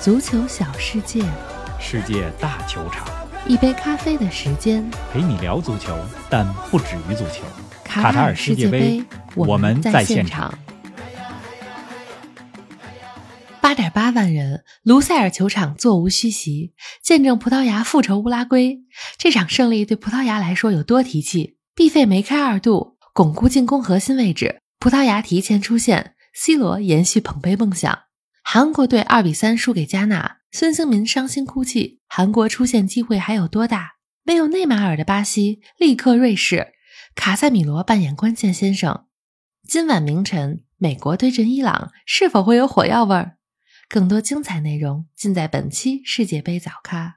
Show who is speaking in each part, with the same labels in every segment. Speaker 1: 足球小世界，
Speaker 2: 世界大球场，
Speaker 1: 一杯咖啡的时间，
Speaker 2: 陪你聊足球，但不止于足球。
Speaker 1: 卡
Speaker 2: 塔
Speaker 1: 塔
Speaker 2: 尔
Speaker 1: 尔
Speaker 2: 世
Speaker 1: 世
Speaker 2: 界
Speaker 1: 界
Speaker 2: 杯
Speaker 1: 杯，
Speaker 2: 我
Speaker 1: 我
Speaker 2: 们
Speaker 1: 们
Speaker 2: 在
Speaker 1: 在
Speaker 2: 现
Speaker 1: 现场。八点八万人，卢塞尔球场座无虚席，见证葡萄牙复仇乌拉圭。这场胜利对葡萄牙来说有多提气？必费梅开二度，巩固进攻核心位置。葡萄牙提前出线，C 罗延续捧杯梦想。韩国队二比三输给加纳，孙兴民伤心哭泣。韩国出线机会还有多大？没有内马尔的巴西力克瑞士，卡塞米罗扮演关键先生。今晚凌晨，美国对阵伊朗，是否会有火药味儿？更多精彩内容尽在本期世界杯早咖。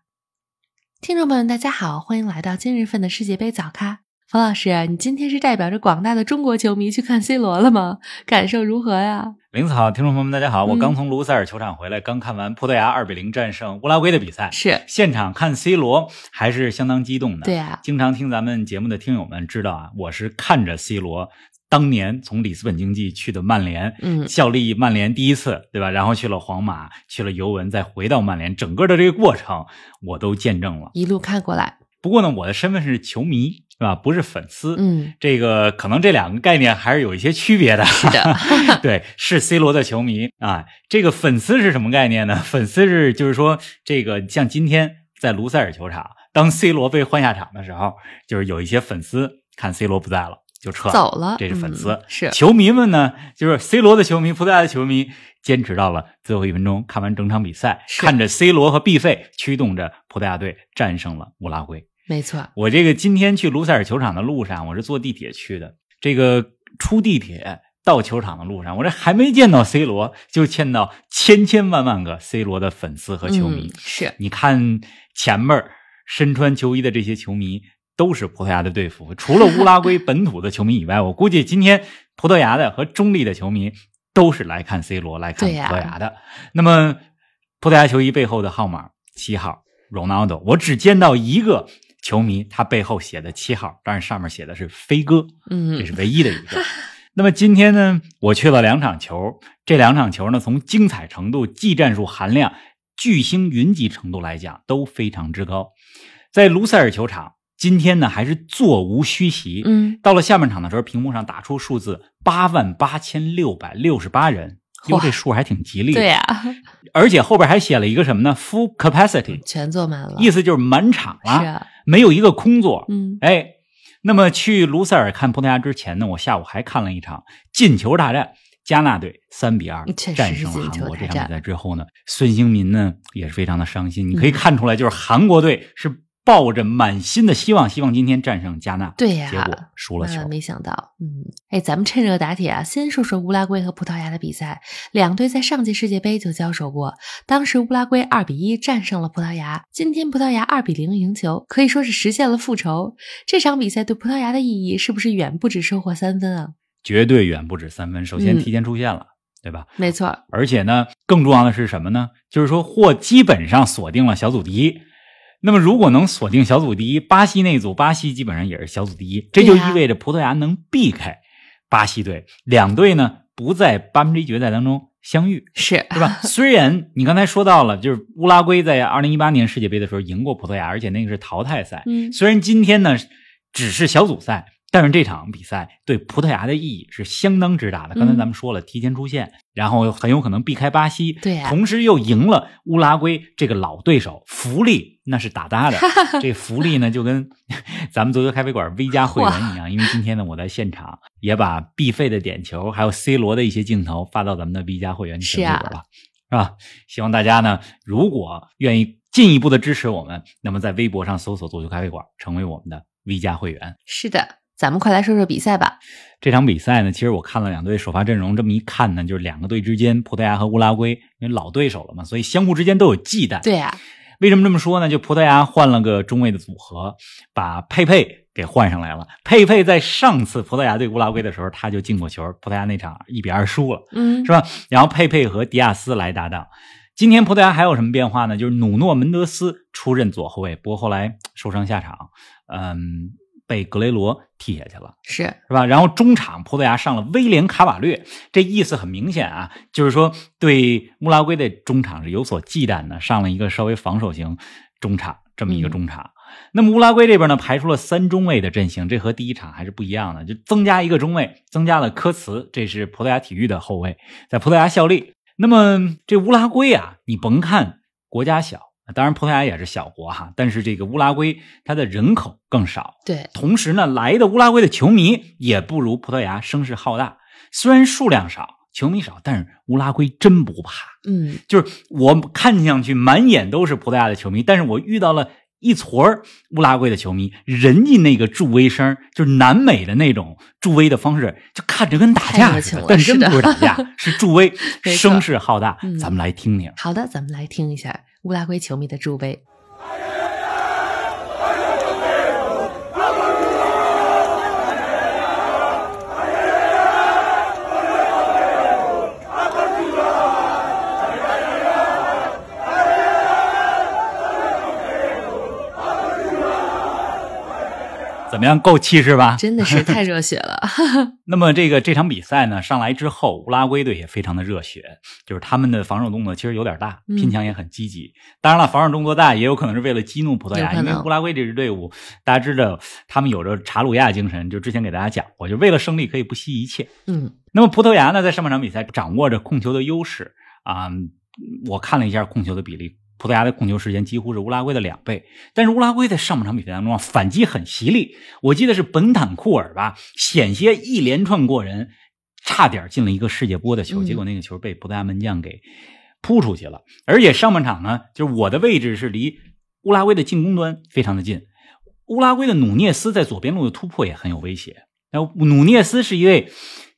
Speaker 1: 听众朋友们，大家好，欢迎来到今日份的世界杯早咖。冯老师，啊你今天是代表着广大的中国球迷去看 C 罗了吗？感受如何呀？
Speaker 2: 林子好，听众朋友们，大家好，我
Speaker 1: 嗯
Speaker 2: 刚从卢塞尔球场回来，刚看完葡萄牙二比零战胜乌拉圭的比赛，
Speaker 1: 是
Speaker 2: 现场看 C 罗还是相当激动的。
Speaker 1: 对啊，
Speaker 2: 经常听咱们节目的听友们知道啊，我是看着 C 罗当年从里斯本竞技去的曼联，
Speaker 1: 嗯，
Speaker 2: 效力曼联第一次，对吧？然后去了皇马，去了尤文，再回到曼联，整个的这个过程我都见证了。
Speaker 1: 一路看过来，
Speaker 2: 不过呢，我的身份是球迷，是吧？不是粉丝。
Speaker 1: 嗯，
Speaker 2: 这个可能这两个概念还是有一些区别的。 是
Speaker 1: 的，
Speaker 2: 对，是 C 罗的球迷啊。这个粉丝是什么概念呢？粉丝是就是说，这个像今天在卢塞尔球场，当 C 罗被换下场的时候，就是有一些粉丝看 C 罗不在了就撤了
Speaker 1: 走了，
Speaker 2: 这是粉丝
Speaker 1: 嗯是
Speaker 2: 球迷们呢，就是 C 罗的球迷、葡萄牙的球迷，坚持到了最后一分钟，看完整场比赛，
Speaker 1: 是
Speaker 2: 看着 C 罗和 B 费驱动着葡萄牙队战胜了乌拉圭。
Speaker 1: 没错，
Speaker 2: 我这个今天去卢塞尔球场的路上，我是坐地铁去的。这个出地铁到球场的路上，我这还没见到 C 罗，就见到千千万万个 C 罗的粉丝和球迷。
Speaker 1: 嗯、是
Speaker 2: 你看前面儿身穿球衣的这些球迷都是葡萄牙的队服，除了乌拉圭本土的球迷以外，我估计今天葡萄牙的和中立的球迷都是来看 C 罗、来看
Speaker 1: 对
Speaker 2: 葡
Speaker 1: 呀
Speaker 2: 萄牙的。那么，葡萄牙球衣背后的号码七号罗纳 d o 我只见到一个球迷，他背后写的七号，但是上面写的是飞哥。这
Speaker 1: 嗯
Speaker 2: 是唯一的一个。 那么今天呢，我去了两场球，这两场球呢，从精彩程度、技战术含量、巨星云集程度来讲，都非常之高。在卢塞尔球场，今天呢还是座无虚席。
Speaker 1: 嗯，
Speaker 2: 到了下半场的时候，屏幕上打出数字八万八千六百六十八人，哟，
Speaker 1: 哇
Speaker 2: 这数还挺吉利。
Speaker 1: 对、啊呀、
Speaker 2: 而且后边还写了一个什么呢？Full capacity，
Speaker 1: 全坐满了，
Speaker 2: 意思就是满场了，
Speaker 1: 嗯是啊，
Speaker 2: 没有一个空座。
Speaker 1: 嗯，
Speaker 2: 哎，那么去卢塞尔看葡萄牙之前呢，我下午还看了一场进球大战，加纳队三比二
Speaker 1: 确实是
Speaker 2: 战胜了韩国。这
Speaker 1: 进球大战
Speaker 2: 场比赛之后呢，孙兴民呢也是非常的伤心。你可以
Speaker 1: 嗯
Speaker 2: 看出来，就是韩国队是抱着满心的希望，希望今天战胜加纳，
Speaker 1: 对啊呀、
Speaker 2: 结果输了球
Speaker 1: 万。万没想到，嗯，哎，咱们趁热打铁啊，先说说乌拉圭和葡萄牙的比赛。两队在上届世界杯就交手过，当时乌拉圭二比一战胜了葡萄牙，今天葡萄牙二比零赢球，可以说是实现了复仇。这场比赛对葡萄牙的意义是不是远不止收获三分啊？
Speaker 2: 绝对远不止三分。首先
Speaker 1: 嗯
Speaker 2: 提前出线了，对吧？
Speaker 1: 没错，
Speaker 2: 而且呢，更重要的是什么呢？就是说，或基本上锁定了小组第一。那么，如果能锁定小组第一，巴西那组巴西基本上也是小组第一，这就
Speaker 1: 对呀
Speaker 2: 意味着葡萄牙能避开巴西队，两队呢不在八分之一决赛当中相遇，
Speaker 1: 是
Speaker 2: 对吧？虽然你刚才说到了，就是乌拉圭在二零一八年世界杯的时候赢过葡萄牙，而且那个是淘汰赛，
Speaker 1: 嗯，
Speaker 2: 虽然今天呢只是小组赛，但是这场比赛对葡萄牙的意义是相当之大的。
Speaker 1: 嗯
Speaker 2: 刚才咱们说了，提前出线，然后很有可能避开巴西，
Speaker 1: 对啊呀
Speaker 2: 同时又赢了乌拉圭这个老对手，福利那是打搭的。 这福利呢，就跟 咱们足球咖啡馆 V 加会员一样，因为今天呢，我在现场也把必费的点球，还有 C 罗的一些镜头发到咱们的 V 加会员群里
Speaker 1: 是
Speaker 2: 边
Speaker 1: 啊
Speaker 2: 了。是吧？希望大家呢，如果愿意进一步的支持我们，那么在微博上搜索“足球咖啡馆”，成为我们的 V 加会员。
Speaker 1: 是的，咱们快来说说比赛吧。
Speaker 2: 这场比赛呢，其实我看了两队首发阵容，这么一看呢，就是两个队之间，葡萄牙和乌拉圭，因为老对手了嘛，所以相互之间都有忌惮。
Speaker 1: 对啊呀、
Speaker 2: 为什么这么说呢？就葡萄牙换了个中卫的组合，把佩佩给换上来了。佩佩在上次葡萄牙对乌拉圭的时候，他就进过球，葡萄牙那场一比二输了。
Speaker 1: 嗯，
Speaker 2: 是吧？然后佩佩和迪亚斯来搭档。今天葡萄牙还有什么变化呢？就是努诺门德斯出任左后卫，不过后来嘖受伤下场。嗯，被格雷罗踢下去了，
Speaker 1: 是
Speaker 2: 是吧？然后中场葡萄牙上了威廉卡瓦略，这意思很明显啊，就是说对乌拉圭的中场是有所忌惮的，上了一个稍微防守型中场这么一个中场。那么乌拉圭这边呢，排出了三中卫的阵型，这和第一场还是不一样的，就增加一个中卫，增加了科茨，这是葡萄牙体育的后卫，在葡萄牙效力。那么这乌拉圭啊，你甭看国家小，当然葡萄牙也是小国哈，但是这个乌拉圭它的人口更少，
Speaker 1: 对，
Speaker 2: 同时呢，来的乌拉圭的球迷也不如葡萄牙声势浩大，虽然数量少，球迷少，但是乌拉圭真不怕。
Speaker 1: 嗯，
Speaker 2: 就是我看上去满眼都是葡萄牙的球迷，但是我遇到了一撮儿乌拉圭的球迷，人家那个助威声，就是南美的那种助威的方式，就看着跟打
Speaker 1: 太
Speaker 2: 架
Speaker 1: 热
Speaker 2: 似
Speaker 1: 情
Speaker 2: 的
Speaker 1: 了，
Speaker 2: 但
Speaker 1: 是
Speaker 2: 真
Speaker 1: 的
Speaker 2: 不是打架，是助威，
Speaker 1: 没错
Speaker 2: 声势浩大。
Speaker 1: 嗯
Speaker 2: 咱们来听听。
Speaker 1: 好的，咱们来听一下乌拉圭球迷的助威。
Speaker 2: 怎么样，够气势吧？
Speaker 1: 真的是太热血了，
Speaker 2: 那么这个这场比赛呢，上来之后，乌拉圭队也非常的热血，就是他们的防守动作其实有点大，
Speaker 1: 嗯
Speaker 2: 拼抢也很积极。当然了，防守动作大也有可能是为了激怒葡萄牙，
Speaker 1: 有可
Speaker 2: 因
Speaker 1: 能
Speaker 2: 为乌拉圭这支队伍大家知道，他们有着查鲁亚精神，就之前给大家讲过，就为了胜利可以不惜一切。
Speaker 1: 嗯，
Speaker 2: 那么葡萄牙呢，在上半场比赛掌握着控球的优势啊、嗯我看了一下控球的比例，葡萄牙的控球时间几乎是乌拉圭的两倍。但是乌拉圭在上半场比赛当中啊，反击很犀利，我记得是本坦库尔吧，险些一连串过人，差点进了一个世界波的球，
Speaker 1: 嗯
Speaker 2: 结果那个球被葡萄牙门将给扑出去了。而且上半场呢，就是我的位置是离乌拉圭的进攻端非常的近，乌拉圭的努涅斯在左边路的突破也很有威胁。那努涅斯是一位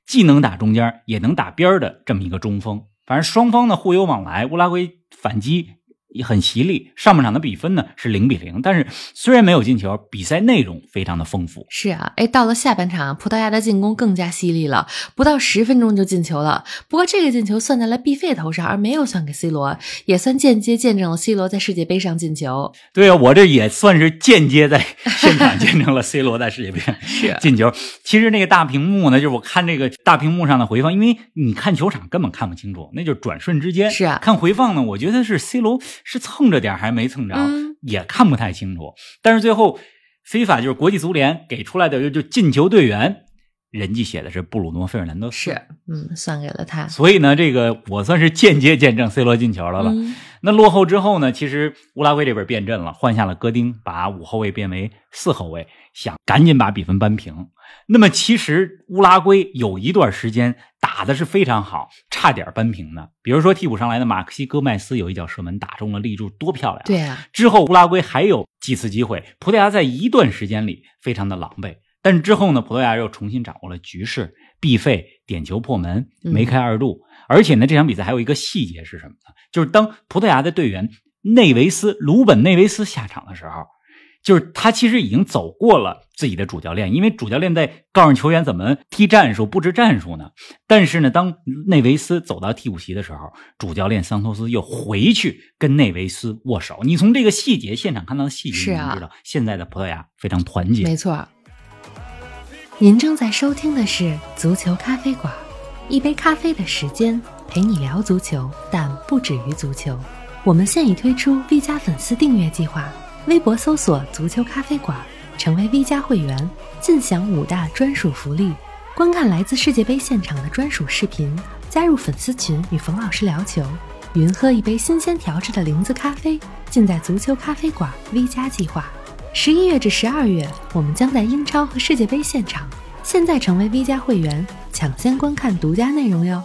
Speaker 2: 既能打中间也能打边儿的这么一个中锋。反正双方呢互有往来，乌拉圭反击也很犀利。上半场的比分呢是零比零，但是虽然没有进球，比赛内容非常的丰富。
Speaker 1: 是啊，哎，到了下半场，葡萄牙的进攻更加犀利了，不到十分钟就进球了。不过这个进球算在了毕费头上，而没有算给 C 罗，也算间接见证了 C 罗在世界杯上进球。
Speaker 2: 对啊，我这也算是间接在 现场见证了 C 罗在世界杯上
Speaker 1: 是
Speaker 2: 进球。其实那个大屏幕呢，就是我看这个大屏幕上的回放，因为你看球场根本看不清楚，那就是转瞬之间。
Speaker 1: 是啊
Speaker 2: 看回放呢，我觉得是 C 罗是蹭着点儿还是没蹭着，
Speaker 1: 嗯
Speaker 2: 也看不太清楚。但是最后，FIFA 就是国际足联给出来的就就进球队员，人家写的是布鲁诺·费尔南德斯，
Speaker 1: 是，嗯，算给了他。
Speaker 2: 所以呢，这个我算是间接见证 C 罗进球了吧。
Speaker 1: 嗯，
Speaker 2: 那落后之后呢，其实乌拉圭这边变阵了，换下了戈丁，把五后卫变为四后卫，想赶紧把比分扳平。那么其实乌拉圭有一段时间打的是非常好，差点扳平的。比如说替补上来的马克西戈麦斯有一脚射门打中了立柱，多漂亮！
Speaker 1: 对啊，
Speaker 2: 之后乌拉圭还有几次机会，葡萄牙在一段时间里非常的狼狈。但是之后呢，葡萄牙又重新掌握了局势，必费点球破门，
Speaker 1: 嗯
Speaker 2: 梅开二度。而且呢，这场比赛还有一个细节是什么呢？就是当葡萄牙的队员内维斯鲁本内维斯下场的时候，就是他其实已经走过了自己的主教练，因为主教练在告诉球员怎么踢战术、布置战术呢。但是呢，当内维斯走到替补席的时候，主教练桑托斯又回去跟内维斯握手。你从这个细节现场看到的细节，
Speaker 1: 是
Speaker 2: 你
Speaker 1: 啊
Speaker 2: 能知道现在的葡萄牙非常团结。
Speaker 1: 没错。您正在收听的是《足球咖啡馆》，一杯咖啡的时间陪你聊足球，但不止于足球。我们现已推出 V 加粉丝订阅计划，微博搜索“足球咖啡馆”，成为 V 加会员，尽享五大专属福利：观看来自世界杯现场的专属视频，加入粉丝群与冯老师聊球，云喝一杯新鲜调制的零子咖啡，尽在足球咖啡馆 V 加计划。十一月至十二月，我们将在英超和世界杯现场。现在成为 V 加会员，抢先观看独家内容哟。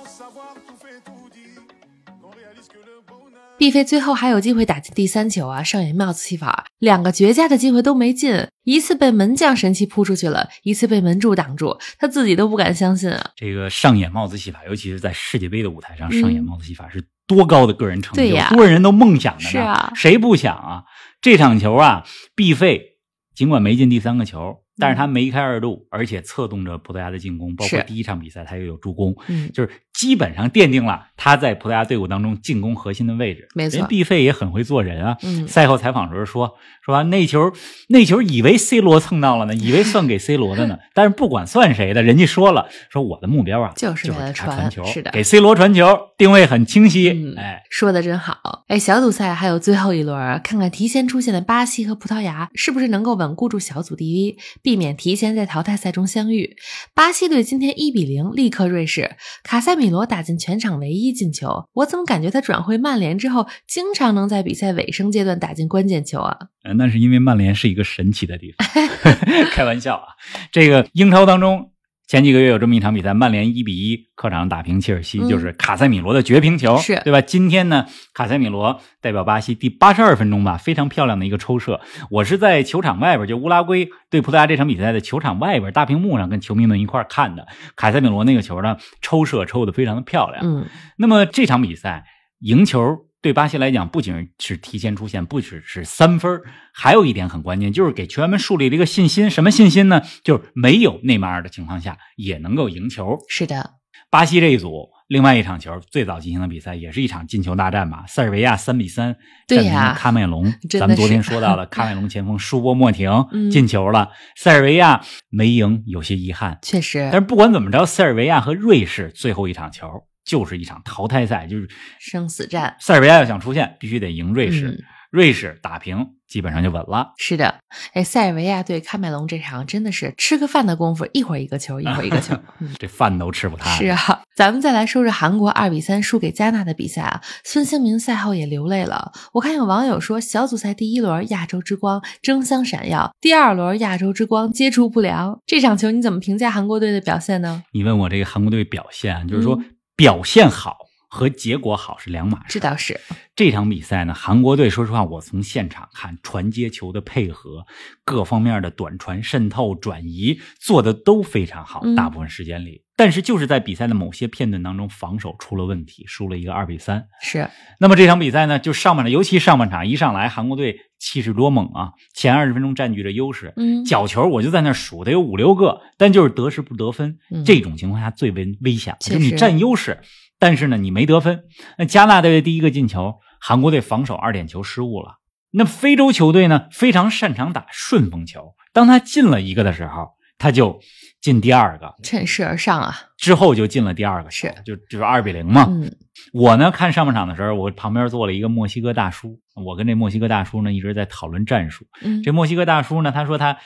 Speaker 1: 毕飞最后还有机会打进第三球啊，上演帽子戏法，两个绝佳的机会都没进，一次被门将神奇扑出去了，一次被门柱挡住，他自己都不敢相信啊。
Speaker 2: 这个上演帽子戏法，尤其是在世界杯的舞台上上演帽子戏法，是多高的个人成
Speaker 1: 嗯
Speaker 2: 就，
Speaker 1: 对呀
Speaker 2: 多少人都梦想着呢。
Speaker 1: 是啊
Speaker 2: 谁不想啊？这场球啊，必费尽管没进第三个球，但是他梅开二度，而且策动着葡萄牙的进攻，包括
Speaker 1: 嗯是
Speaker 2: 第一场比赛他也有助攻，
Speaker 1: 嗯，
Speaker 2: 就是基本上奠定了他在葡萄牙队伍当中进攻核心的位置。
Speaker 1: 没错
Speaker 2: 人毕费也很会做人啊。
Speaker 1: 嗯
Speaker 2: 赛后采访时候说说那球那球以为 C 罗蹭到了呢，以为算给 C 罗的 呢，但是不管算谁的，人家说了说我的目标啊
Speaker 1: 就是为
Speaker 2: 给
Speaker 1: 了
Speaker 2: 他
Speaker 1: 传
Speaker 2: 传球，
Speaker 1: 是的
Speaker 2: 给 C 罗传球，定位很清晰。
Speaker 1: 嗯
Speaker 2: 哎，
Speaker 1: 说的真好。哎，小组赛还有最后一轮儿，看看提前出现的巴西和葡萄牙是不是能够稳固住小组第一，避免提前在淘汰赛中相遇。巴西队今天一比零力克瑞士，卡塞米罗打进全场唯一进球。我怎么感觉他转会曼联之后，经常能在比赛尾声阶段打进关键球啊？
Speaker 2: 呃那是因为曼联是一个神奇的地方， 开玩笑啊。这个英超当中，前几个月有这么一场比赛，曼联一比一客场打平切尔西，
Speaker 1: 嗯
Speaker 2: 就是卡塞米罗的绝平球，
Speaker 1: 是
Speaker 2: 对吧？今天呢，卡塞米罗代表巴西第八十二分钟吧，非常漂亮的一个抽射。我是在球场外边，就乌拉圭对葡萄牙这场比赛的球场外边大屏幕上跟球迷们一块儿看的。卡塞米罗那个球呢，抽射抽的非常的漂亮，
Speaker 1: 嗯，
Speaker 2: 那么这场比赛赢球对巴西来讲，不仅是提前出线，不只是三分儿，还有一点很关键，就是给球员们树立了一个信心。什么信心呢？就是没有内马尔的情况下也能够赢球。
Speaker 1: 是的，
Speaker 2: 巴西这一组。另外一场球最早进行的比赛也是一场进球大战吧，塞尔维亚三比三
Speaker 1: 对
Speaker 2: 战
Speaker 1: 呀
Speaker 2: 平了喀麦隆。
Speaker 1: 真的
Speaker 2: 咱们昨天
Speaker 1: 是
Speaker 2: 说 到了喀麦隆前锋舒波莫廷
Speaker 1: 嗯
Speaker 2: 进球了，塞尔维亚没赢，有些遗憾。
Speaker 1: 确实
Speaker 2: 但是不管怎么着，塞尔维亚和瑞士最后一场球就是一场淘汰赛，就是
Speaker 1: 生死战。
Speaker 2: 塞尔维亚要想出线，必须得赢瑞士，
Speaker 1: 嗯
Speaker 2: 瑞士打平基本上就稳了。
Speaker 1: 是的，哎，塞尔维亚对喀麦隆这场真的是吃个饭的功夫，一会儿一个球，一会儿一个球。嗯，
Speaker 2: 这饭都吃不踏实。
Speaker 1: 是啊，咱们再来说说韩国二比三输给加纳的比赛啊。孙兴民赛后也流泪了。我看有网友说，小组赛第一轮亚洲之光争相闪耀，第二轮亚洲之光接触不良。这场球你怎么评价韩国队的表现呢？
Speaker 2: 你问我这个韩国队表现，啊就是说表现好和结果好是两码事。
Speaker 1: 这倒嗯是，
Speaker 2: 这场比赛呢，韩国队说实话，我从现场看传接球的配合，各方面的短传、渗透、转移做的都非常好
Speaker 1: 嗯，
Speaker 2: 大部分时间里。但是就是在比赛的某些片段当中，防守出了问题，输了一个二比三。
Speaker 1: 是
Speaker 2: 那么这场比赛呢，就上半场，尤其上半场一上来，韩国队气势多猛啊，前二十分钟占据着优势。
Speaker 1: 嗯
Speaker 2: 角球我就在那数，得有五六个，但就是得失不得分，
Speaker 1: 嗯
Speaker 2: 这种情况下最危危险，
Speaker 1: 确
Speaker 2: 就是你
Speaker 1: 实
Speaker 2: 占优势，但是呢你没得分。那加纳队的第一个进球，韩国队防守二点球失误了。那非洲球队呢非常擅长打顺风球，当他进了一个的时候，他就进第二个，
Speaker 1: 趁势而上啊。
Speaker 2: 之后就进了第二个球，
Speaker 1: 是
Speaker 2: 就就是二比零嘛。
Speaker 1: 嗯，
Speaker 2: 我呢看上半场的时候，我旁边坐了一个墨西哥大叔，我跟这墨西哥大叔呢一直在讨论战术。
Speaker 1: 嗯
Speaker 2: 这墨西哥大叔呢，他说他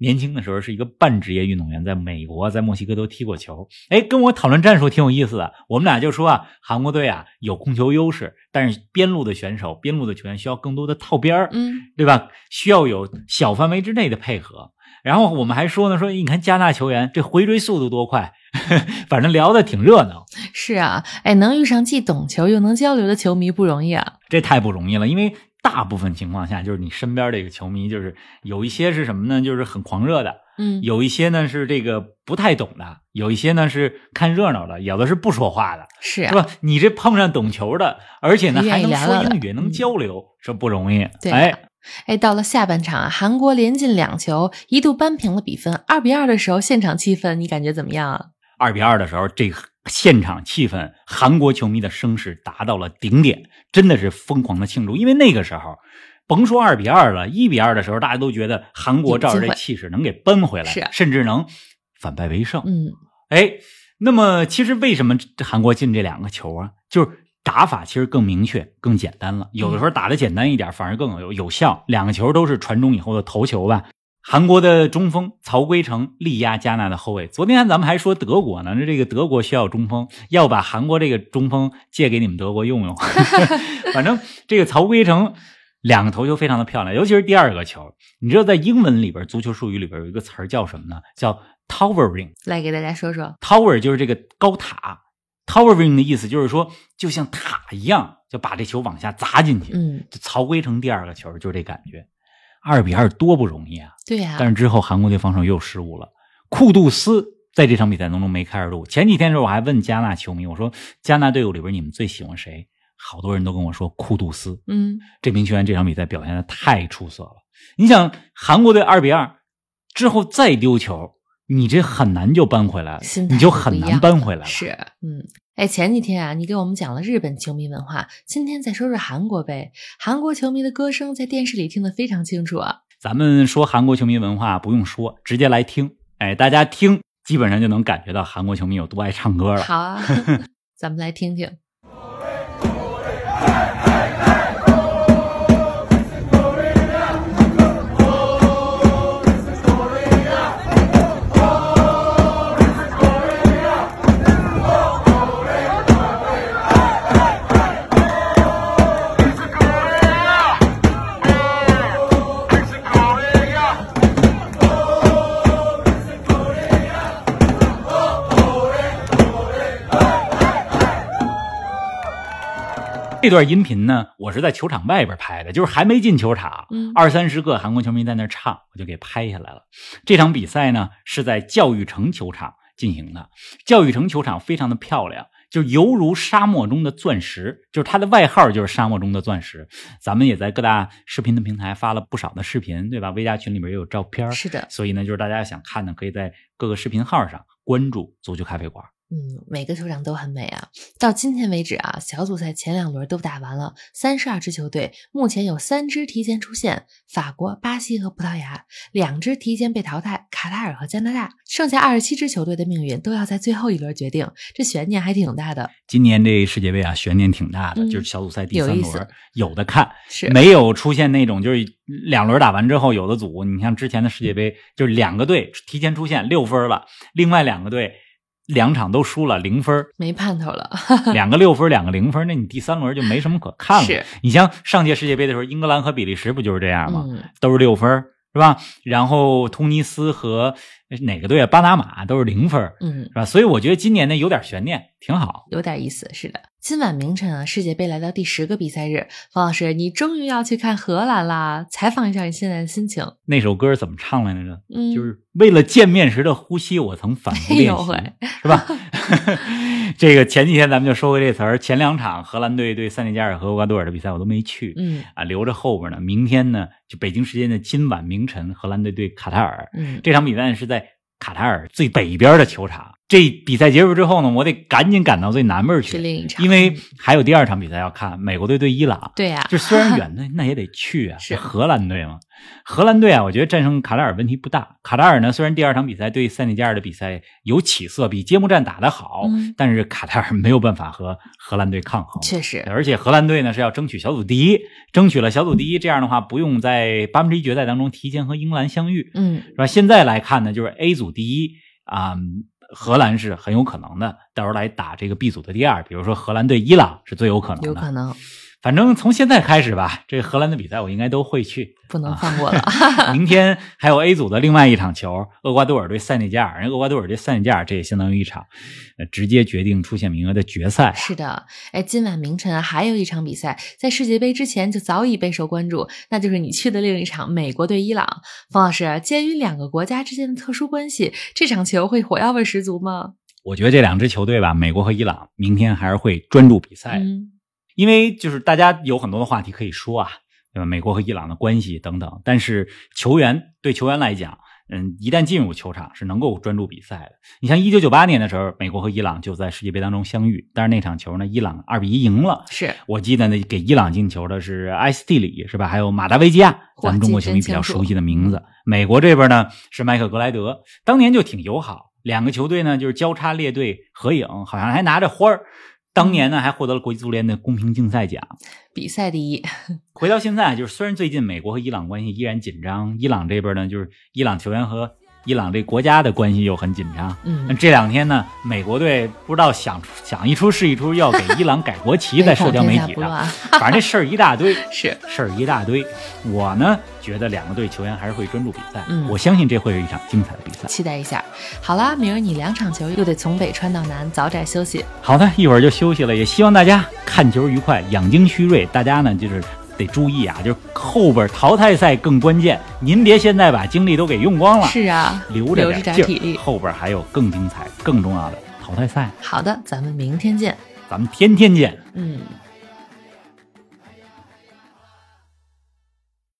Speaker 2: 年轻的时候是一个半职业运动员，在美国、在墨西哥都踢过球。哎，跟我讨论战术挺有意思的。我们俩就说啊，韩国队啊有控球优势，但是边路的选手、边路的球员需要更多的套边儿，
Speaker 1: 嗯，
Speaker 2: 对吧？需要有小范围之内的配合。然后我们还说呢，说你看加纳球员这回追速度多快， 反正聊的挺热闹。
Speaker 1: 是啊，哎，能遇上既懂球又能交流的球迷不容易啊。
Speaker 2: 这太不容易了，因为大部分情况下，就是你身边这个球迷，就是有一些是什么呢？就是很狂热的，
Speaker 1: 嗯，
Speaker 2: 有一些呢是这个不太懂的，有一些呢是看热闹的，有的是不说话的，
Speaker 1: 是
Speaker 2: 是
Speaker 1: 啊，
Speaker 2: 吧？你这碰上懂球的，而且呢
Speaker 1: 愿意聊
Speaker 2: 还能说
Speaker 1: 聊的嗯
Speaker 2: 英语，能交流，这不容易。
Speaker 1: 对
Speaker 2: 哎，
Speaker 1: 哎，到了下半场啊，韩国连进两球，一度扳平了比分。二比二的时候，现场气氛你感觉怎么样啊？
Speaker 2: 二比二的时候，这个现场气氛，韩国球迷的声势达到了顶点，真的是疯狂的庆祝。因为那个时候，甭说二比二了，一比二的时候，大家都觉得韩国照着
Speaker 1: 有机
Speaker 2: 这
Speaker 1: 会
Speaker 2: 气势能给扳回来，
Speaker 1: 是啊
Speaker 2: 甚至能反败为胜。
Speaker 1: 嗯，
Speaker 2: 哎，那么其实为什么这韩国进这两个球啊？就是打法其实更明确、更简单了。有的时候打的简单一点，反而更有有效。两个球都是传中以后的头球吧。韩国的中锋曹圭成力压加纳的后卫。昨天咱们还说德国呢，这个德国需要中锋，要把韩国这个中锋借给你们德国用用。 反正这个曹圭成两个头球非常的漂亮，尤其是第二个球。你知道在英文里边，足球术语里边有一个词儿叫什么呢？叫 towering。
Speaker 1: 来给大家说说。
Speaker 2: Tower 就是这个高塔，Towering 的意思就是说，就像塔一样，就把这球往下砸进去。
Speaker 1: 嗯，
Speaker 2: 就曹圭成第二个球就是这感觉，二比二多不容易啊！
Speaker 1: 对呀、
Speaker 2: 但是之后韩国队防守又失误了，库杜斯在这场比赛当中没开始录。前几天的时候我还问加纳球迷，我说加纳队伍里边你们最喜欢谁？好多人都跟我说库杜斯，
Speaker 1: 嗯，
Speaker 2: 这名球员这场比赛表现的太出色了。你想，韩国队二比二之后再丢球，你这很难就扳回来了
Speaker 1: 心，态
Speaker 2: 你就很
Speaker 1: 嗯不一样
Speaker 2: 难扳回来了。
Speaker 1: 是，嗯，哎，前几天啊，你给我们讲了日本球迷文化，今天再说说韩国呗。韩国球迷的歌声在电视里听得非常清楚 啊。
Speaker 2: 咱们说韩国球迷文化不用说，直接来听。哎，大家听，基本上就能感觉到韩国球迷有多爱唱歌了。
Speaker 1: 好啊， 咱们来听听。
Speaker 2: 这段音频呢，我是在球场外边拍的，就是还没进球场，
Speaker 1: 嗯
Speaker 2: 二三十个韩国球迷在那儿唱，我就给拍下来了。这场比赛呢是在教育城球场进行的，教育城球场非常的漂亮，就犹如沙漠中的钻石，就是它的外号就是沙漠中的钻石。咱们也在各大视频的平台发了不少的视频，对吧？微家群里边也有照片儿，
Speaker 1: 是的，
Speaker 2: 所以呢，就是大家想看的，可以在各个视频号上关注足球咖啡馆。
Speaker 1: 嗯，每个球场都很美啊。到今天为止啊，小组赛前两轮都打完了，三十二支球队，目前有三支提前出线，法国、巴西和葡萄牙，两支提前被淘汰，卡塔尔和加拿大，剩下二十七支球队的命运都要在最后一轮决定，这悬念还挺大的。
Speaker 2: 今年这世界杯啊，悬念挺大的，
Speaker 1: 嗯
Speaker 2: 就是小组赛第
Speaker 1: 有
Speaker 2: 三
Speaker 1: 意
Speaker 2: 轮
Speaker 1: 思
Speaker 2: 有的看，
Speaker 1: 是，，
Speaker 2: 没有出现那种就是两轮打完之后，有的组你像之前的世界杯，就是两个队提前出现六分了，另外两个队两场都输了零分
Speaker 1: 没盼头了。
Speaker 2: 两个六分，两个零分，那你第三轮就没什么可看了。
Speaker 1: 是，
Speaker 2: 你像上届世界杯的时候，英格兰和比利时不就是这样吗？
Speaker 1: 嗯，
Speaker 2: 都是六分，是吧？然后突尼斯和哪个队啊？巴拿马都是零分，
Speaker 1: 嗯
Speaker 2: 是。吧？所以我觉得今年呢有点悬念，挺好。
Speaker 1: 有点意思，是的。今晚凌晨啊，世界杯来到第十个比赛日，王老师，你终于要去看荷兰啦！采访一下你现在的心情。
Speaker 2: 那首歌怎么唱来着？
Speaker 1: 嗯，
Speaker 2: 就是为了见面时的呼吸，我曾反复
Speaker 1: 哎
Speaker 2: 练
Speaker 1: 呦
Speaker 2: 习
Speaker 1: 喂，
Speaker 2: 是吧？ 这个前几天咱们就说过这词儿。前两场荷兰队对塞内加尔和厄瓜多尔的比赛我都没去，
Speaker 1: 嗯
Speaker 2: 啊，留着后边呢。明天呢，就北京时间的今晚凌晨，荷兰队对卡塔尔
Speaker 1: 嗯，
Speaker 2: 这场比赛是在卡塔尔最北边的球场。这比赛结束之后呢，我得赶紧赶到最南边
Speaker 1: 是
Speaker 2: 去，
Speaker 1: 另一场，
Speaker 2: 因为还有第二场比赛要看，美国队对伊朗。
Speaker 1: 对啊呀、
Speaker 2: 就虽 然远，那那也得去啊。
Speaker 1: 是
Speaker 2: 荷兰队嘛？荷兰队啊，我觉得战胜卡塔尔问题不大。卡塔尔呢，虽然第二场比赛对塞内加尔的比赛有起色，比揭幕战打得好，
Speaker 1: 嗯
Speaker 2: 但是卡塔尔没有办法和荷兰队抗衡。
Speaker 1: 确实，
Speaker 2: 而且荷兰队呢是要争取小组第一，争取了小组第一，这样的话不用在八分之一决赛当中提前和英格兰相遇，
Speaker 1: 嗯，
Speaker 2: 是吧？现在来看呢，就是 A 组第一啊、荷兰是很有可能的，到时候来打这个 B 组的第二，比如说荷兰对伊朗是最有可能的。
Speaker 1: 有可能
Speaker 2: 反正从现在开始吧，这荷兰的比赛我应该都会 去。
Speaker 1: 不能放过了。
Speaker 2: 明天还有 A 组的另外一场球，厄瓜多尔对塞内加尔，人厄瓜多尔对塞内加尔，这也相当于一场，呃，直接决定出线名额的决赛。
Speaker 1: 是的，哎，今晚凌晨啊还有一场比赛，在世界杯之前就早已备受关注，那就是你去的另一场美国对伊朗。冯老师，鉴于两个国家之间的特殊关系，这场球会火药味十足吗？
Speaker 2: 我觉得这两支球队吧，美国和伊朗，明天还是会专注比赛的，
Speaker 1: 嗯，
Speaker 2: 因为就是大家有很多的话题可以说啊，对吧？美国和伊朗的关系等等，但是球员对球员来讲。嗯，一旦进入球场是能够专注比赛的。你像一九九八年的时候，美国和伊朗就在世界杯当中相遇，但是那场球呢，伊朗二比一赢了。
Speaker 1: 是
Speaker 2: 我记得呢，给伊朗进球的是埃斯蒂里，是吧？还有马达维基亚，
Speaker 1: 哇
Speaker 2: 咱们中国球迷比较熟悉的名
Speaker 1: 嗯
Speaker 2: 字。美国这边呢是迈克尔格莱德，当年就挺友好，两个球队呢就是交叉列队合影，好像还拿着花儿。当年呢还获得了国际足联的公平竞赛奖。
Speaker 1: 比赛第一，
Speaker 2: 回到现在，就是虽然最近美国和伊朗关系依然紧张，伊朗这边呢就是伊朗球员和伊朗这国家的关系又很紧张。那
Speaker 1: 嗯，
Speaker 2: 这两天呢，美国队不知道想出想一出是一出，要给伊朗改国旗，在社 交媒体啊
Speaker 1: 不
Speaker 2: 上，
Speaker 1: 乱
Speaker 2: 反正这事儿一大堆。
Speaker 1: 是
Speaker 2: 事儿一大堆。我呢觉得两个队球员还是会专注比赛，
Speaker 1: 嗯
Speaker 2: 我相信这会是一场精彩的比赛。
Speaker 1: 期待一下。好啦，明儿你两场球又得从北穿到南，早点休息。
Speaker 2: 好的，一会儿就休息了，也希望大家看球愉快，养精蓄锐。大家呢就是得注意啊，就是后边淘汰赛更关键，您别现在把精力都给用光了，
Speaker 1: 是啊，
Speaker 2: 留着
Speaker 1: 留着点
Speaker 2: 点劲儿
Speaker 1: 体力
Speaker 2: 后边还有更精彩、更重要的淘汰赛，
Speaker 1: 好的，咱们明天见。
Speaker 2: 咱们天天见。
Speaker 1: 嗯。